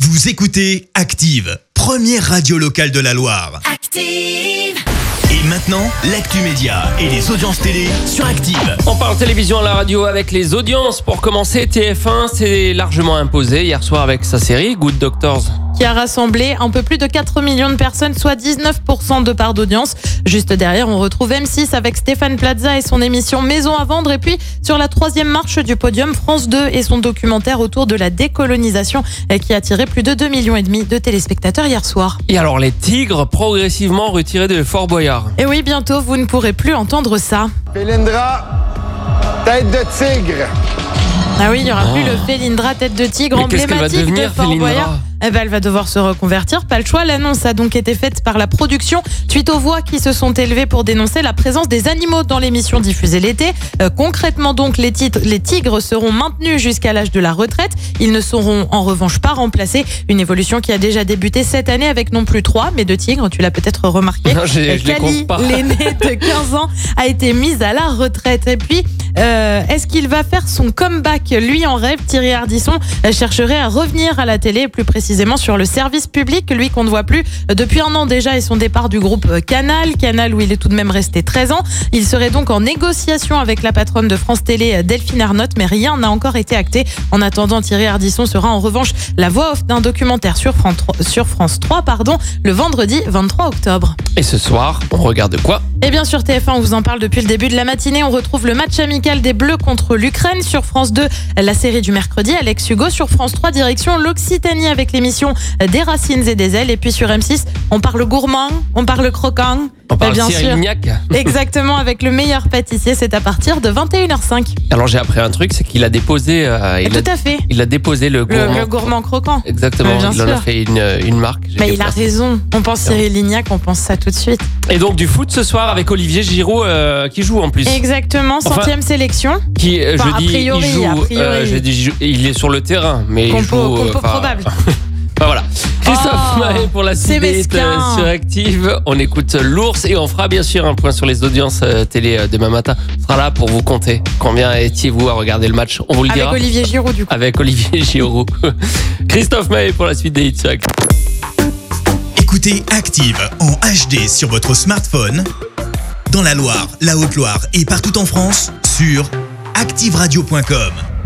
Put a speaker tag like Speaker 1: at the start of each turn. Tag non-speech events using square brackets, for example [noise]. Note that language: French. Speaker 1: Vous écoutez Active, première radio locale de la Loire.
Speaker 2: Active.
Speaker 1: Et maintenant, l'actu média et les audiences télé sur Active.
Speaker 3: On parle télévision à la radio avec les audiences. Pour commencer, TF1 s'est largement imposé hier soir avec sa série Good Doctors.
Speaker 4: qui a rassemblé un peu plus de 4 millions de personnes, soit 19% de part d'audience. Juste derrière, on retrouve M6 avec Stéphane Plaza et son émission Maison à vendre. Et puis, sur la troisième marche du podium, France 2 et son documentaire autour de la décolonisation eh, qui a attiré plus de 2,5 millions et demi de téléspectateurs hier soir.
Speaker 3: Et alors les tigres progressivement retirés de Fort Boyard.
Speaker 4: Et oui, bientôt, vous ne pourrez plus entendre ça.
Speaker 5: Félindra, tête de tigre.
Speaker 4: Ah oui, il y aura
Speaker 3: Oh.
Speaker 4: plus le Félindra tête de tigre
Speaker 3: Mais qu'est-ce qu'elle va
Speaker 4: emblématique
Speaker 3: devenir,
Speaker 4: de Fort
Speaker 3: Félindra
Speaker 4: Boyard. Eh ben, elle va devoir se reconvertir. Pas le choix. L'annonce a donc été faite par la production suite aux voix qui se sont élevées pour dénoncer la présence des animaux dans l'émission diffusée l'été. Euh, concrètement, donc, les, titres, les tigres seront maintenus jusqu'à l'âge de la retraite. Ils ne seront en revanche pas remplacés. Une évolution qui a déjà débuté cette année avec non plus trois, mais deux tigres. Tu l'as peut-être remarqué.
Speaker 3: Non, j'ai- je les
Speaker 4: Cali,
Speaker 3: compte pas. [laughs]
Speaker 4: l'aîné de 15 ans, a été mise à la retraite. Et puis, euh, est-ce qu'il va faire son comeback Lui en rêve, Thierry Ardisson euh, chercherait à revenir à la télé, plus précisément sur le service public, lui qu'on ne voit plus euh, depuis un an déjà et son départ du groupe euh, Canal, Canal où il est tout de même resté 13 ans. Il serait donc en négociation avec la patronne de France Télé, euh, Delphine Arnott, mais rien n'a encore été acté. En attendant, Thierry Ardisson sera en revanche la voix off d'un documentaire sur France 3, sur France 3 pardon, le vendredi 23 octobre.
Speaker 3: Et ce soir, on regarde quoi
Speaker 4: Et Eh bien sur TF1, on vous en parle depuis le début de la matinée. On retrouve le match amical des Bleus contre l'Ukraine sur France 2, la série du mercredi. Alex Hugo sur France 3, direction l'Occitanie avec l'émission Des racines et des ailes. Et puis sur M6, on parle gourmand, on parle croquant. Eh
Speaker 3: On parle
Speaker 4: bien
Speaker 3: Cyril
Speaker 4: sûr.
Speaker 3: [laughs] Lignac.
Speaker 4: Exactement, avec le meilleur pâtissier, c'est à partir de 21h05.
Speaker 3: Alors j'ai appris un truc, c'est qu'il a déposé, euh, il, a,
Speaker 4: Eh, Tout à fait,
Speaker 3: il a déposé le
Speaker 4: le,
Speaker 3: gourmand.
Speaker 4: le gourmand croquant.
Speaker 3: Exactement,
Speaker 4: Mais bien
Speaker 3: il en a
Speaker 4: sûr.
Speaker 3: fait une, euh, une marque. j'ai
Speaker 4: Mais il a
Speaker 3: découvert ça.
Speaker 4: raison, on pense Cyril Lignac, on pense ça tout de suite.
Speaker 3: Et donc du foot ce soir avec Olivier Giraud euh, qui joue en plus.
Speaker 4: Exactement,
Speaker 3: Enfin,
Speaker 4: centième sélection.
Speaker 3: Qui, euh,
Speaker 4: Enfin,
Speaker 3: je
Speaker 4: a
Speaker 3: dis,
Speaker 4: priori,
Speaker 3: il joue,
Speaker 4: a priori.
Speaker 3: euh, je dis, il joue- il est sur le terrain, mais il
Speaker 4: Compo-
Speaker 3: joue. euh,
Speaker 4: compo
Speaker 3: enfin,
Speaker 4: probable.
Speaker 3: enfin, Bah voilà. Christophe
Speaker 4: Oh,
Speaker 3: Maé pour la
Speaker 4: c'est
Speaker 3: suite
Speaker 4: mesquin.
Speaker 3: sur Active. On écoute l'ours et on fera bien sûr un point sur les audiences euh, télé euh, demain matin. On sera là pour vous compter combien étiez-vous à regarder le match. On vous le
Speaker 4: Avec
Speaker 3: dira
Speaker 4: Olivier Giroud du coup.
Speaker 3: avec Olivier [laughs] Giroud. Christophe Maé pour la suite des hits sur Active.
Speaker 1: Écoutez Active en HD sur votre smartphone, dans la Loire, la Haute-Loire et partout en France, sur activeradio.com.